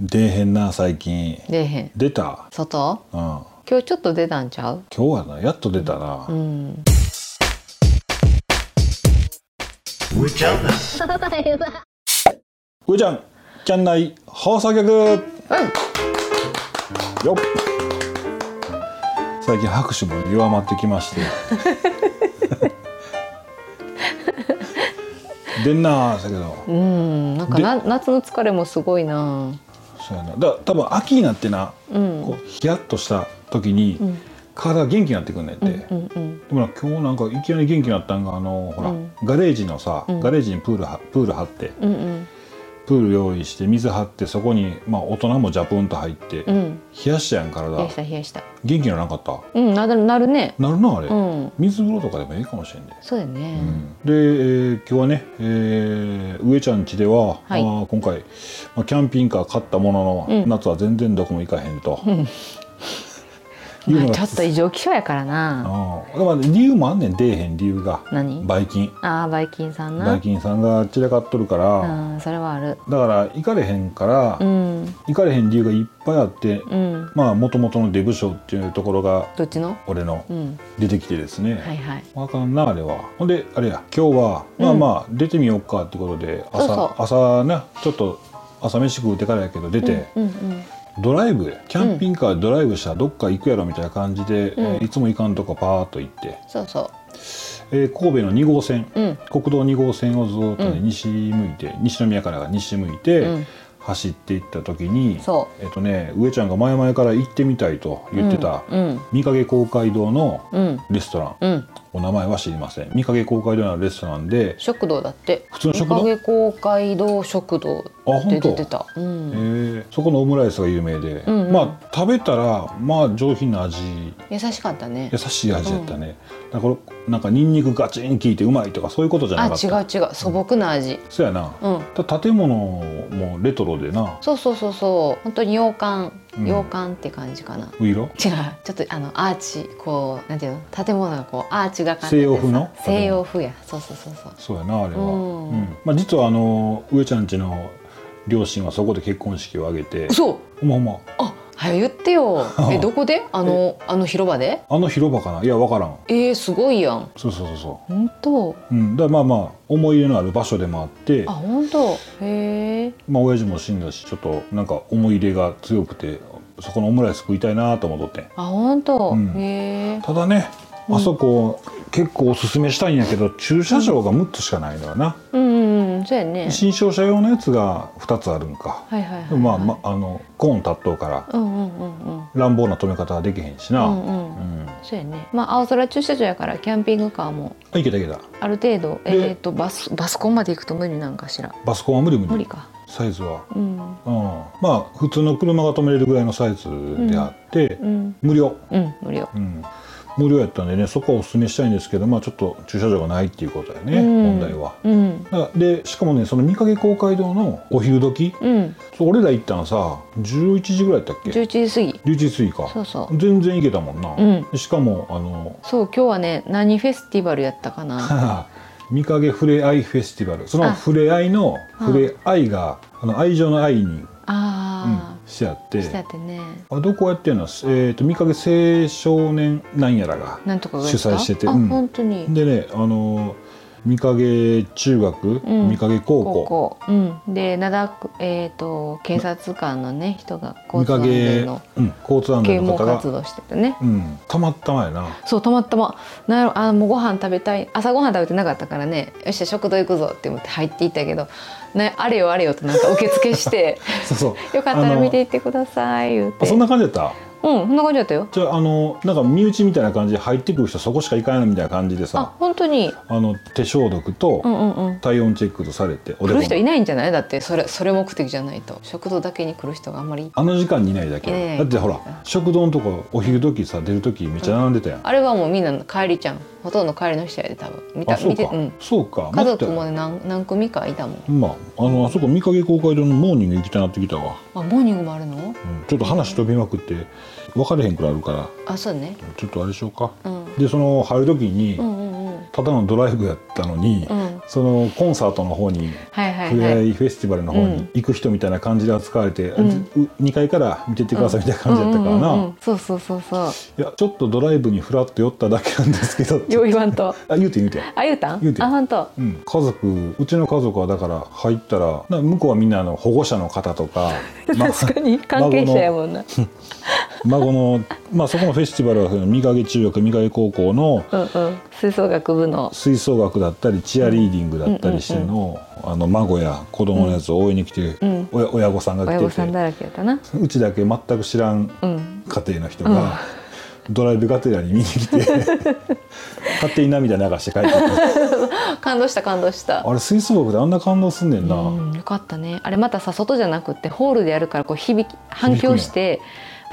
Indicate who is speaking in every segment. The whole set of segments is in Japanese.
Speaker 1: 出えへんな最近
Speaker 2: 出えへん
Speaker 1: 出た
Speaker 2: 外
Speaker 1: うん今
Speaker 2: 今日ちょっと出たんちゃう
Speaker 1: 日はなやっと出たな、
Speaker 2: うん
Speaker 1: うーちゃんキャン内放送局よっ最近拍手も弱まってきまして 出んなーだけど
Speaker 2: うんなんかな夏の疲れもすごいな
Speaker 1: そうやなだ多分秋になってな、
Speaker 2: うん
Speaker 1: こうヒヤッとした時に、
Speaker 2: うん
Speaker 1: 体が元気になってくんねんて、
Speaker 2: うんうん
Speaker 1: でもな今日なんかいきなり元気になったんがあのほら、
Speaker 2: うん
Speaker 1: ガレージのさ、
Speaker 2: うん
Speaker 1: ガレージにプールはプール張って
Speaker 2: うん
Speaker 1: プール用意して水張ってそこに、まあ、大人もジャプンと入って、
Speaker 2: うんうん
Speaker 1: 冷やしたやん
Speaker 2: 冷
Speaker 1: 体
Speaker 2: やした冷やした
Speaker 1: 元気にならなかった
Speaker 2: うんなるなるね
Speaker 1: なるなあれ、
Speaker 2: うん
Speaker 1: 水風呂とかでもいいかもしれんで、
Speaker 2: そうだよ
Speaker 1: う
Speaker 2: ね
Speaker 1: んで、えー今日はね、えー上ちゃん家では、
Speaker 2: は
Speaker 1: あ
Speaker 2: い
Speaker 1: ー今回、まあ、キャンピングカー買ったものの、
Speaker 2: うん
Speaker 1: 夏は全然どこも行かへんと、 いうのが
Speaker 2: まあちょっと異常気象やからな
Speaker 1: あーだから理由もあんねん出えへん理由が
Speaker 2: 何
Speaker 1: バイキン
Speaker 2: あーバイキンさん
Speaker 1: ダイ
Speaker 2: な
Speaker 1: キンさんが散らかっとるから、
Speaker 2: うんそれはある
Speaker 1: だから行かれへんから、
Speaker 2: うん
Speaker 1: 行かれへん理由がいっぱいあって、
Speaker 2: うん
Speaker 1: まあもともとのデブ賞っていうところが
Speaker 2: どっちの
Speaker 1: 俺の
Speaker 2: うん
Speaker 1: 出てきてですね、
Speaker 2: はいはい
Speaker 1: わかんなあれはほんであれや今日はまあまあ出てみようかってことで、朝
Speaker 2: そうそう
Speaker 1: 朝なちょっと朝飯食うてからやけど出て、
Speaker 2: うんうん
Speaker 1: ドライブへキャンピングカーでドライブしたらどっか行くやろみたいな感じで、
Speaker 2: うん
Speaker 1: えーいつも行かんとこパーッと行って、
Speaker 2: そうそ
Speaker 1: えー神戸の2号線
Speaker 2: ううん
Speaker 1: 国道2号線をずーっと、ね
Speaker 2: うん
Speaker 1: 西向いて西宮からが西向いて、
Speaker 2: うん
Speaker 1: 走っていった時に
Speaker 2: そ
Speaker 1: えっとね上ちゃんが前々から行ってみたいと言ってた、
Speaker 2: うん
Speaker 1: 見かけ公会堂の
Speaker 2: うん
Speaker 1: レストラン、
Speaker 2: うん
Speaker 1: お名前は知りません見かけ公会堂のレストランで
Speaker 2: 食堂だって
Speaker 1: 普通の食堂
Speaker 2: 御影公会堂食堂って
Speaker 1: 本当
Speaker 2: 出てた、うん
Speaker 1: えーそこのオムライスが有名で、
Speaker 2: うんうん
Speaker 1: まあ食べたらまあ上品な味
Speaker 2: 優しかったね
Speaker 1: 優しい味だったね、だからこれなんかニンニクガチン効いてうまいとかそういうことじゃ
Speaker 2: あ
Speaker 1: なかっ
Speaker 2: 違
Speaker 1: た
Speaker 2: う違う素朴な味
Speaker 1: そうやな、
Speaker 2: うん、
Speaker 1: ただ建物もレトロでな
Speaker 2: そうそうそうそう本当に洋館
Speaker 1: うん
Speaker 2: 洋館って感じかな、
Speaker 1: ういろ
Speaker 2: 違うちょっとあのアーチこうなんていうの建物がこうアーチがかかってて
Speaker 1: 西洋風の
Speaker 2: さ西洋風やそうそうそうそう
Speaker 1: そうやなあれは、
Speaker 2: うん
Speaker 1: うんまあ、実はあの上ちゃんちの両親はそこで結婚式を挙げ て
Speaker 2: 嘘
Speaker 1: ほんまほんま
Speaker 2: あ早言ってよえどこであのあの広場で
Speaker 1: あの広場かないやわからん
Speaker 2: えー、すごいやん
Speaker 1: そうそうそうそ
Speaker 2: 本当
Speaker 1: う、うん、だからまあまあ思い入れのある場所でもあって
Speaker 2: あ本当へえ
Speaker 1: まあ親父も死んだしちょっとなんか思い入れが強くてそこのオムライス食いたいなと思っとってん
Speaker 2: あ本当、
Speaker 1: うん
Speaker 2: へえ
Speaker 1: ただねあそこ、結構おすすめしたいんやけど駐車場が6つしかないのよな、
Speaker 2: うんうんうんそうやね
Speaker 1: 新商車用のやつが2つあるんか、
Speaker 2: はいはいはい、
Speaker 1: で
Speaker 2: は
Speaker 1: も
Speaker 2: い、
Speaker 1: まあ、まあのコーン立っとうから
Speaker 2: うんうんうんうん
Speaker 1: 乱暴な止め方はできへんしな、
Speaker 2: うんうん
Speaker 1: うん
Speaker 2: そうやねまあ青空駐車場やからキャンピングカーも
Speaker 1: あいけたいけた
Speaker 2: ある程度えっ、とバスバスコンまで行くと無理なんかしら
Speaker 1: バスコンは無理無理
Speaker 2: 無理か
Speaker 1: サイズは、
Speaker 2: うん
Speaker 1: うん、まあ普通の車が止めれるぐらいのサイズであって、
Speaker 2: うん
Speaker 1: 無料、
Speaker 2: うん無料
Speaker 1: うん、無料やったんでねそこはお勧めしたいんですけどまあちょっと駐車場がないっていうことだよね、
Speaker 2: うん
Speaker 1: 問題は。
Speaker 2: うん
Speaker 1: だでしかもねその見かけ公会堂のお昼時
Speaker 2: うん
Speaker 1: そう俺ら行ったのさ11時ぐらいだったっけ
Speaker 2: 11時過ぎ
Speaker 1: 11時過ぎか
Speaker 2: そうそう
Speaker 1: 全然行けたもんな、
Speaker 2: うん
Speaker 1: しかもあの
Speaker 2: そう今日はね何フェスティバルやったかな
Speaker 1: 見かけふれあいフェスティバルその
Speaker 2: あ
Speaker 1: ふれあいの
Speaker 2: うん
Speaker 1: ふれあいがあの愛情の愛に、うん
Speaker 2: あ、
Speaker 1: してあっ
Speaker 2: あ、
Speaker 1: て
Speaker 2: してあってね
Speaker 1: あどこやってんの、えー、と見かけ青少年なんやらが
Speaker 2: なんとかがやった
Speaker 1: 主催してて
Speaker 2: あ、
Speaker 1: うん
Speaker 2: 本当に
Speaker 1: でねあのー見かけ中学、
Speaker 2: ん
Speaker 1: 見かけ高
Speaker 2: 高
Speaker 1: 校
Speaker 2: 校うんで灘区えっ、と警察官のね人が
Speaker 1: 見
Speaker 2: 交通
Speaker 1: か
Speaker 2: 安
Speaker 1: け
Speaker 2: 全の
Speaker 1: うん、交通安
Speaker 2: 啓
Speaker 1: 全の
Speaker 2: 蒙
Speaker 1: 方が
Speaker 2: 活、動しててね
Speaker 1: うん、たまったまやな
Speaker 2: そうたまたまなんやろあもうご飯食べたい朝ご飯食べてなかったからねよっしゃ食堂行くぞって思って入っていったけど、ね、あれよあれよとなんか受付して
Speaker 1: そうそう
Speaker 2: よかった
Speaker 1: あ
Speaker 2: ら
Speaker 1: の
Speaker 2: 見ていってください言うて
Speaker 1: あそんな感じだった
Speaker 2: うんそんな感じだったよ
Speaker 1: じゃああのなんか身内みたいな感じで入ってくる人そこしか行かないみたいな感じで
Speaker 2: あ
Speaker 1: さ
Speaker 2: 本当に
Speaker 1: あの手消毒と
Speaker 2: うんうんうん
Speaker 1: 体温チェックとされて、おで
Speaker 2: 来
Speaker 1: こ
Speaker 2: る
Speaker 1: の
Speaker 2: 人いないんじゃないだってそれそれ目的じゃないと食堂だけに来る人があんまり
Speaker 1: あの時間にいないだけ、
Speaker 2: いない
Speaker 1: だってほら食堂のとこお昼時さ出る時めっちゃ並んでたやん、
Speaker 2: あれはもうみんな帰りちゃんほとんど帰りの人やで多分見た
Speaker 1: あそう
Speaker 2: 見て
Speaker 1: か、
Speaker 2: うん
Speaker 1: そうか
Speaker 2: 家族も
Speaker 1: 待っ
Speaker 2: ね何何組かいたもん
Speaker 1: てまああのあそこ見かけ公会堂のモーニング行きたいなってきたわ、
Speaker 2: あモーニングもあるの
Speaker 1: うん、ちょっと話飛びまくって分かれへんくらいあるから
Speaker 2: あそうね
Speaker 1: ちょっとあれしようか、
Speaker 2: うん
Speaker 1: でその入る時に、
Speaker 2: うんうんうん
Speaker 1: ただのドライブやったのに、
Speaker 2: うん
Speaker 1: そのコンサートの方に
Speaker 2: はいはい
Speaker 1: ふ
Speaker 2: は
Speaker 1: れあ
Speaker 2: い
Speaker 1: いフェスティバルの方
Speaker 2: うん
Speaker 1: に行く人みたいな感じで扱われて、
Speaker 2: ん
Speaker 1: 2階から見てってくださいみたいな感じだったからな、
Speaker 2: うんうんうんうんそうそうそうそう
Speaker 1: いやちょっとドライブにフラッと寄っただけなんですけどって
Speaker 2: よう言わんと
Speaker 1: あ言うて言うて。
Speaker 2: あ言うたん
Speaker 1: 言うて
Speaker 2: あほんと
Speaker 1: うん、家族うちの家族はだから入ったらな向こうはみんなあの保護者の方と かま
Speaker 2: 確 かに関係者やもんな
Speaker 1: 孫の、まあ、そこのフェスティバルはその三影中学三影高校の
Speaker 2: うんうん吹奏楽部の
Speaker 1: 吹奏楽だったりチアリーディングだったりしてるのを、あの孫や子供のやつを応援に来て、
Speaker 2: うん
Speaker 1: 親親御さんが
Speaker 2: 親
Speaker 1: 来
Speaker 2: 御
Speaker 1: てて
Speaker 2: さんだらけやったな
Speaker 1: うちだけ全く知らん
Speaker 2: うん
Speaker 1: 家庭の人が、ドライブがてらに見に来 て勝手に涙流して帰ってきた
Speaker 2: 感動した感動した
Speaker 1: あれ吹奏楽であんな感動すんねんな、
Speaker 2: うん、よかったねあれまたさ外じゃなくってホールでやるからこう響き反響して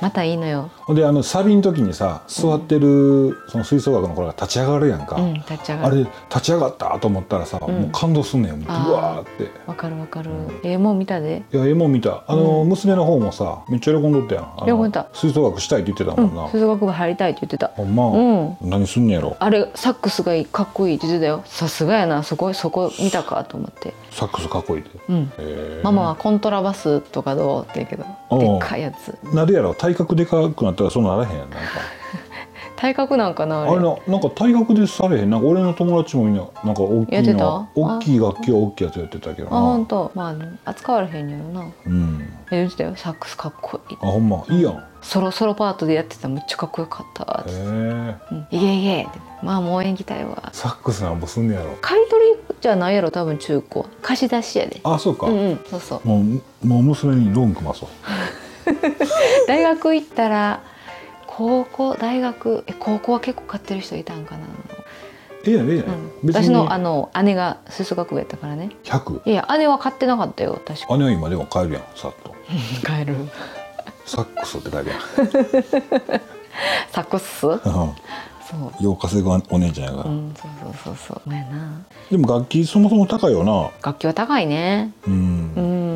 Speaker 2: またいいのよ、
Speaker 1: ほんであのサビの時にさ座ってるその吹奏楽の子らが立ち上がるやんか、
Speaker 2: うん、立ち上が
Speaker 1: あ
Speaker 2: る
Speaker 1: れ立ち上がったと思ったらさ、
Speaker 2: ん
Speaker 1: もう感動すんねんもう
Speaker 2: あー
Speaker 1: うわーって
Speaker 2: わかるわかるえーもう見たで
Speaker 1: いやええもん見たあの、娘の方もさめっちゃ喜んどったやんあの
Speaker 2: 喜んだ
Speaker 1: 吹奏楽したいって言ってた
Speaker 2: う
Speaker 1: も
Speaker 2: ん
Speaker 1: んな、
Speaker 2: 吹奏楽部入りたいって言ってた
Speaker 1: ほんま、
Speaker 2: うん
Speaker 1: 何すんねやろ
Speaker 2: あれサックスがいいかっこいいって言ってたよさすがやなそこそこ見たかと思って
Speaker 1: サックスかっこいいで、
Speaker 2: うん
Speaker 1: え
Speaker 2: ママはコントラバスとかどうって言うけど
Speaker 1: おう
Speaker 2: でっかいやつ
Speaker 1: なるやろ体格でかくなったらそうならへんやんなんか
Speaker 2: 体格なんかなあ
Speaker 1: あ
Speaker 2: れ
Speaker 1: れななんか体格でされへんなんか俺の友達もみんななんか大
Speaker 2: やっ
Speaker 1: きい
Speaker 2: てた
Speaker 1: の大きい楽器は大きいやつやってたけど
Speaker 2: あほん
Speaker 1: な
Speaker 2: とまあ扱われへんやろな
Speaker 1: うん
Speaker 2: え言ってたよサックスかっこいい
Speaker 1: あほんまいいやんへ
Speaker 2: ソロソロパートでやってたらめっちゃかっこよかったって
Speaker 1: え
Speaker 2: うんいけいけってまあもう演技隊は
Speaker 1: サックスなんぼすんねやろ
Speaker 2: 買い取りじゃないやろ多分中古貸し出しやで
Speaker 1: あそうか、
Speaker 2: うんうんそうそう
Speaker 1: もうもう娘にローン組まそう
Speaker 2: 大学行ったら高校大学え高校は結構買ってる人いたんかな、
Speaker 1: ええやんええやん、
Speaker 2: うん、
Speaker 1: 別
Speaker 2: 私
Speaker 1: に
Speaker 2: のあの姉が吹奏楽部やったからね
Speaker 1: 100
Speaker 2: いや姉は買ってなかったよ確か
Speaker 1: 姉は今でも買えるやんさっと
Speaker 2: 買える
Speaker 1: サックスって書いてある
Speaker 2: サックスそう、
Speaker 1: やん よう稼ぐお姉ちゃんやか
Speaker 2: う
Speaker 1: ら、
Speaker 2: ん、そうそうそうそうまあやな
Speaker 1: でも楽器そもそも高いよな
Speaker 2: 楽器は高いね
Speaker 1: うん、
Speaker 2: うん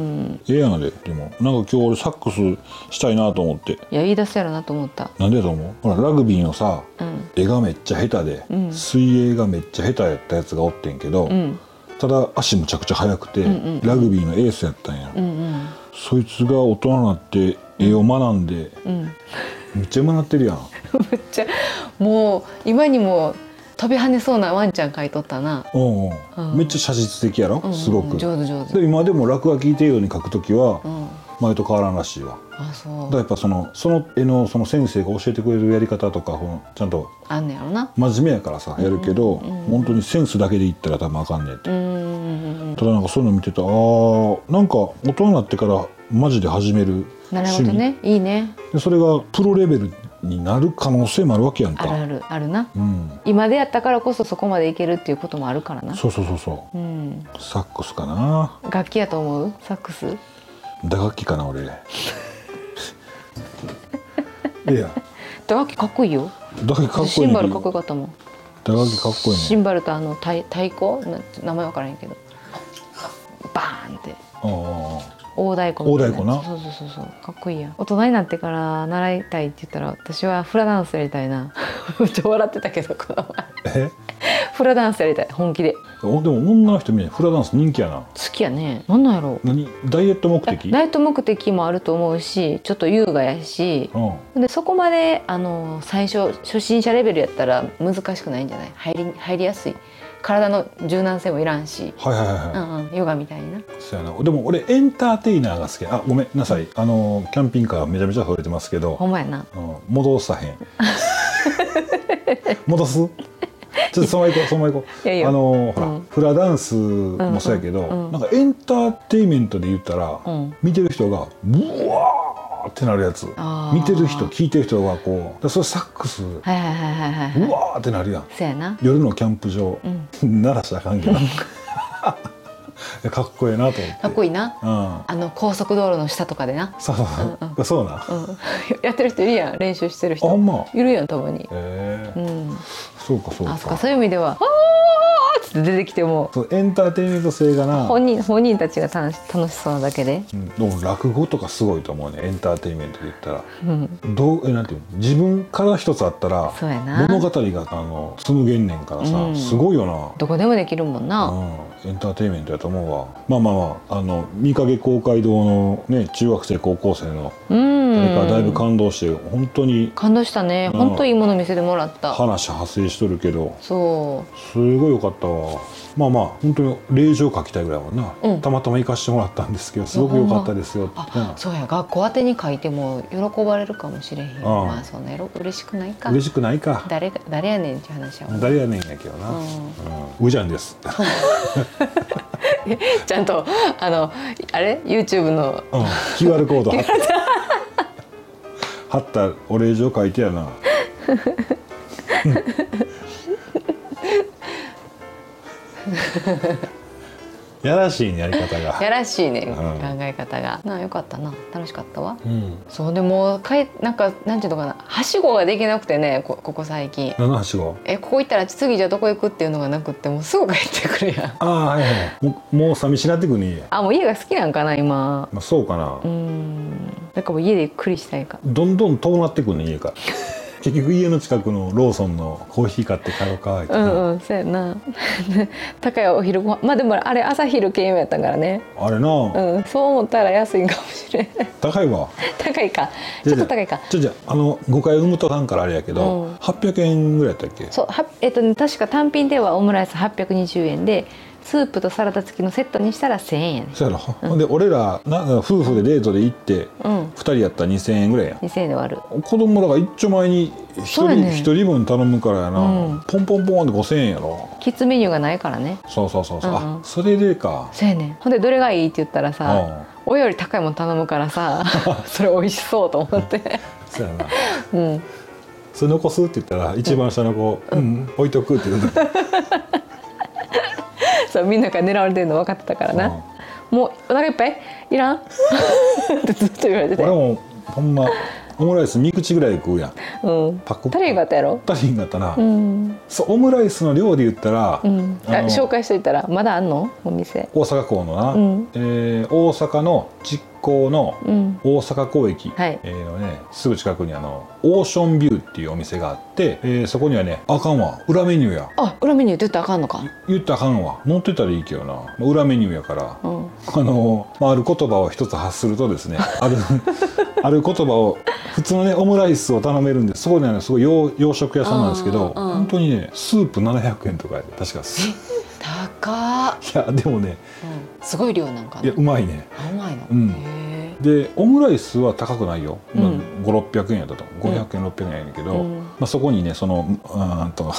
Speaker 1: ええやんあれでもなんか今日俺サックスしたいなと思って
Speaker 2: いや言い出せやろなと思った
Speaker 1: なんでやと思うほらラグビーのさ
Speaker 2: うん
Speaker 1: 絵がめっちゃ下手で、
Speaker 2: うん
Speaker 1: 水泳がめっちゃ下手やったやつがおってんけど、
Speaker 2: うん
Speaker 1: ただ足むちゃくちゃ速くて、
Speaker 2: うんうん
Speaker 1: ラグビーのエースやったんや、
Speaker 2: うんうん
Speaker 1: そいつが大人になって絵を学んで、
Speaker 2: うん
Speaker 1: めっちゃ学ってるやん
Speaker 2: めっちゃもう今にも飛び跳ねそうなワンちゃん描いとったな、
Speaker 1: うんうん
Speaker 2: うん
Speaker 1: めっちゃ写実的やろ、
Speaker 2: うん
Speaker 1: すごくで
Speaker 2: 上手上手、
Speaker 1: 今でも落書き程度に描くときは
Speaker 2: うん、
Speaker 1: 前と変わらんらしいわ
Speaker 2: あそ
Speaker 1: だから
Speaker 2: う
Speaker 1: やっぱそのその絵のその先生が教えてくれるやり方とかこのちゃんと
Speaker 2: あんねやろな
Speaker 1: 真面目やからさやるけど、
Speaker 2: うんうん
Speaker 1: 本当にセンスだけでいったら多分あかんねんって、
Speaker 2: うーん
Speaker 1: ただなんかそういうの見てたあーなんか大人になってからマジで始める
Speaker 2: なるほどねいいね
Speaker 1: でそれがプロレベルになる可能性もあるわけやん
Speaker 2: あるあ
Speaker 1: か
Speaker 2: るあるな
Speaker 1: うん
Speaker 2: 今でやったからこそそこまでいけるっていうこともあるからな
Speaker 1: そうそうそうそ
Speaker 2: うん
Speaker 1: うサックスかな
Speaker 2: 楽器やと思うサックス
Speaker 1: 打楽器かな 俺いや
Speaker 2: 打楽器かっこいいよ
Speaker 1: 打楽器かっこいい
Speaker 2: シンバルかっこ
Speaker 1: こ
Speaker 2: よかったもん
Speaker 1: 打楽器かっこいい
Speaker 2: シ
Speaker 1: ね
Speaker 2: ンバルとあの太太鼓な名前わからへんけどバーンって
Speaker 1: あああ
Speaker 2: 大太鼓みたい
Speaker 1: 大太鼓な
Speaker 2: そうそうそうそうかっこいいやん大人になってから習いたいって言ったら私はフラダンスやりたいな めっちゃ笑ってたけどこの前
Speaker 1: あえ
Speaker 2: フラダンスやりたい本気で好
Speaker 1: おでも女の人みたいにフラダンス人気やな
Speaker 2: きやねなんなんやろう
Speaker 1: 何ダイエット目的
Speaker 2: ダイエット目的もあると思うしちょっと優雅やし
Speaker 1: うんあ
Speaker 2: でそこまであの最初初心者レベルやったら難しくないんじゃない入り入りやすい体の柔軟性もいらんし、
Speaker 1: はいはいはい、
Speaker 2: う
Speaker 1: はい
Speaker 2: んうん、ヨガみたいにな
Speaker 1: そうやなでも俺エンターテイナーが好きあごめんなさいあのキャンピングカーめちゃめちゃ増えてますけど
Speaker 2: ほんまやな
Speaker 1: うん戻さへん 戻すちょっとそのまま行こうそのまま行こう
Speaker 2: いやいや
Speaker 1: あのほら、
Speaker 2: うん
Speaker 1: フラダンスもそうやけど、
Speaker 2: うんうん
Speaker 1: なんかエンターテインメントで言ったら、
Speaker 2: うん
Speaker 1: 見てる人がブワーってなるやつ
Speaker 2: あー
Speaker 1: 見てる人聞いてる人がこうだからそれサックス、
Speaker 2: はいはいはいはいはいうはい
Speaker 1: わーってなるやん
Speaker 2: そうやな
Speaker 1: 夜のキャンプ場、鳴らしたらあかんけど いやかっこええなと思って
Speaker 2: かっこいいな
Speaker 1: うん、そ
Speaker 2: あの高速道路の下とかでな、
Speaker 1: うそうそう
Speaker 2: うん
Speaker 1: そうなんあ
Speaker 2: うん、 やってる人いるやん練習してる
Speaker 1: ほ
Speaker 2: 人
Speaker 1: んま
Speaker 2: いるやんたまに
Speaker 1: ええ
Speaker 2: うん
Speaker 1: そうかそうか
Speaker 2: あそっかそういう意味では「あーっつって出てきても
Speaker 1: そうエンターテインメント性がな、
Speaker 2: 本人本人たちが楽し楽しそうなだけで、
Speaker 1: うん、でも落語とかすごいと思うねエンターテインメントで言ったら
Speaker 2: うん、
Speaker 1: どうえなんていうの自分から一つあったら
Speaker 2: そうやな
Speaker 1: 物語があの紡げんねんからさ、
Speaker 2: うん
Speaker 1: すごいよな。
Speaker 2: どこでもできるもんな、
Speaker 1: うん、エンターテインメントやと思うわまあまあまああの三影公会堂のね中学生高校生の
Speaker 2: うん、
Speaker 1: 誰かだいぶ感動して、本当に
Speaker 2: 感動したね
Speaker 1: うん
Speaker 2: 本当いいもの見せてもらった、
Speaker 1: 話派生しとるけど
Speaker 2: そ
Speaker 1: すごい良かったわまあまあ本当に令状書きたいぐらいはな、
Speaker 2: うん
Speaker 1: たまたま行かしてもらったんですけどすごく良かったですよって
Speaker 2: うあ、そうや学校宛てに書いても喜ばれるかもしれへん、まあそんな喜嬉しくない
Speaker 1: うん
Speaker 2: か
Speaker 1: 嬉しくないか
Speaker 2: 誰が誰やねんっていう話は
Speaker 1: 誰やねんやけどな、う
Speaker 2: うん
Speaker 1: んうじゃん です
Speaker 2: ちゃんとあのあれ YouTube の
Speaker 1: うん QR コード貼 った貼ったお礼状書いてや なやらしいねやり方
Speaker 2: や
Speaker 1: が、
Speaker 2: らしいね、
Speaker 1: ん
Speaker 2: 考え方がなあよかったな楽しかったわ
Speaker 1: うん、
Speaker 2: そうでもかいなんかなんていうのかなはしごができなくてねこここ最近
Speaker 1: 七はしご
Speaker 2: えここ行ったら次じゃあどこ行くっていうのがなくってもうすぐ帰ってくるやん
Speaker 1: ああはいはいもうもう寂しなってくるね、
Speaker 2: あもう家が好きなんかな今
Speaker 1: まあ、そうかな
Speaker 2: うー、んなんかもう家でゆっくりしたいか
Speaker 1: どんどん遠なってくるね家から 結局家の近くのローソンのコーヒー買って帰ろうか言って
Speaker 2: う
Speaker 1: な、
Speaker 2: んうんそうやな 高いお昼ご飯まあでもあれ朝昼兼用やったからね
Speaker 1: あれな、
Speaker 2: うんそう思ったら安いんかもしれん
Speaker 1: 高いわ
Speaker 2: 高いかちょっと高いか
Speaker 1: ちょじゃあの5回産むとさんからあれやけど、
Speaker 2: うん
Speaker 1: 800円ぐらいやったっけ
Speaker 2: そうはえっとね確か単品ではオムライス820円でスープとサラダ付きのセットにしたら1000円やね
Speaker 1: そうやろ、ほんで俺らな夫婦でデートで行って
Speaker 2: うん
Speaker 1: 2人やったら2000円ぐらいやん
Speaker 2: 2000円で割る
Speaker 1: 子供だから一丁前に1
Speaker 2: そう
Speaker 1: 人,、
Speaker 2: やね
Speaker 1: 人分頼むからやな、
Speaker 2: うん
Speaker 1: ポンポンポンって5000円やろ
Speaker 2: キッズメニューがないからね
Speaker 1: そうそうそうそう、
Speaker 2: うんうん
Speaker 1: あそれでか
Speaker 2: そうやねんほんでどれがいいって言ったらさおより高いもん頼むからさそれ美味しそうと思って
Speaker 1: そうやな
Speaker 2: うん
Speaker 1: それ残すって言ったら一番下の子「うん、置いとく」って言う た
Speaker 2: そうみんなから狙われてるの分かってたからなもうお腹いっぱい いらんってずっと言われてて
Speaker 1: 俺もほんまオムライス3口ぐらい食うやん
Speaker 2: うん
Speaker 1: パクッ
Speaker 2: タレがあったやろ
Speaker 1: 足りんかったな、
Speaker 2: うん、
Speaker 1: そうオムライスの量で言ったら、
Speaker 2: うん、あ
Speaker 1: あの
Speaker 2: 紹介しといたらまだあんのお店
Speaker 1: 大阪港のな、
Speaker 2: うん
Speaker 1: えー大阪の実行の
Speaker 2: うん
Speaker 1: 大阪港駅、
Speaker 2: はい
Speaker 1: えーのね、すぐ近くにあのオーションビューっていうお店があって、えーそこにはねあかんわ裏メニューや
Speaker 2: あ裏メニュー出たらあかんのか
Speaker 1: 言ったらあかんわ乗ってたらいいけどなまあ裏メニューやから、
Speaker 2: うん
Speaker 1: あの、まあ、ある言葉を一つ発すると ですねあるある言葉を普通のねオムライスを頼めるんでそこにはねすごい洋洋食屋さんなんですけど、
Speaker 2: うんうんうん
Speaker 1: 本当にねスープ700円とかやで確かすい
Speaker 2: 高っ、
Speaker 1: やでもね
Speaker 2: うん、すごい量なんか
Speaker 1: いやうまいね
Speaker 2: 甘いの、
Speaker 1: うん
Speaker 2: へ
Speaker 1: でオムライスは高くないよ、
Speaker 2: うん
Speaker 1: まあ5600円やったと500円、600円やねんけど、
Speaker 2: うん
Speaker 1: まあ、そこにねそのうーんと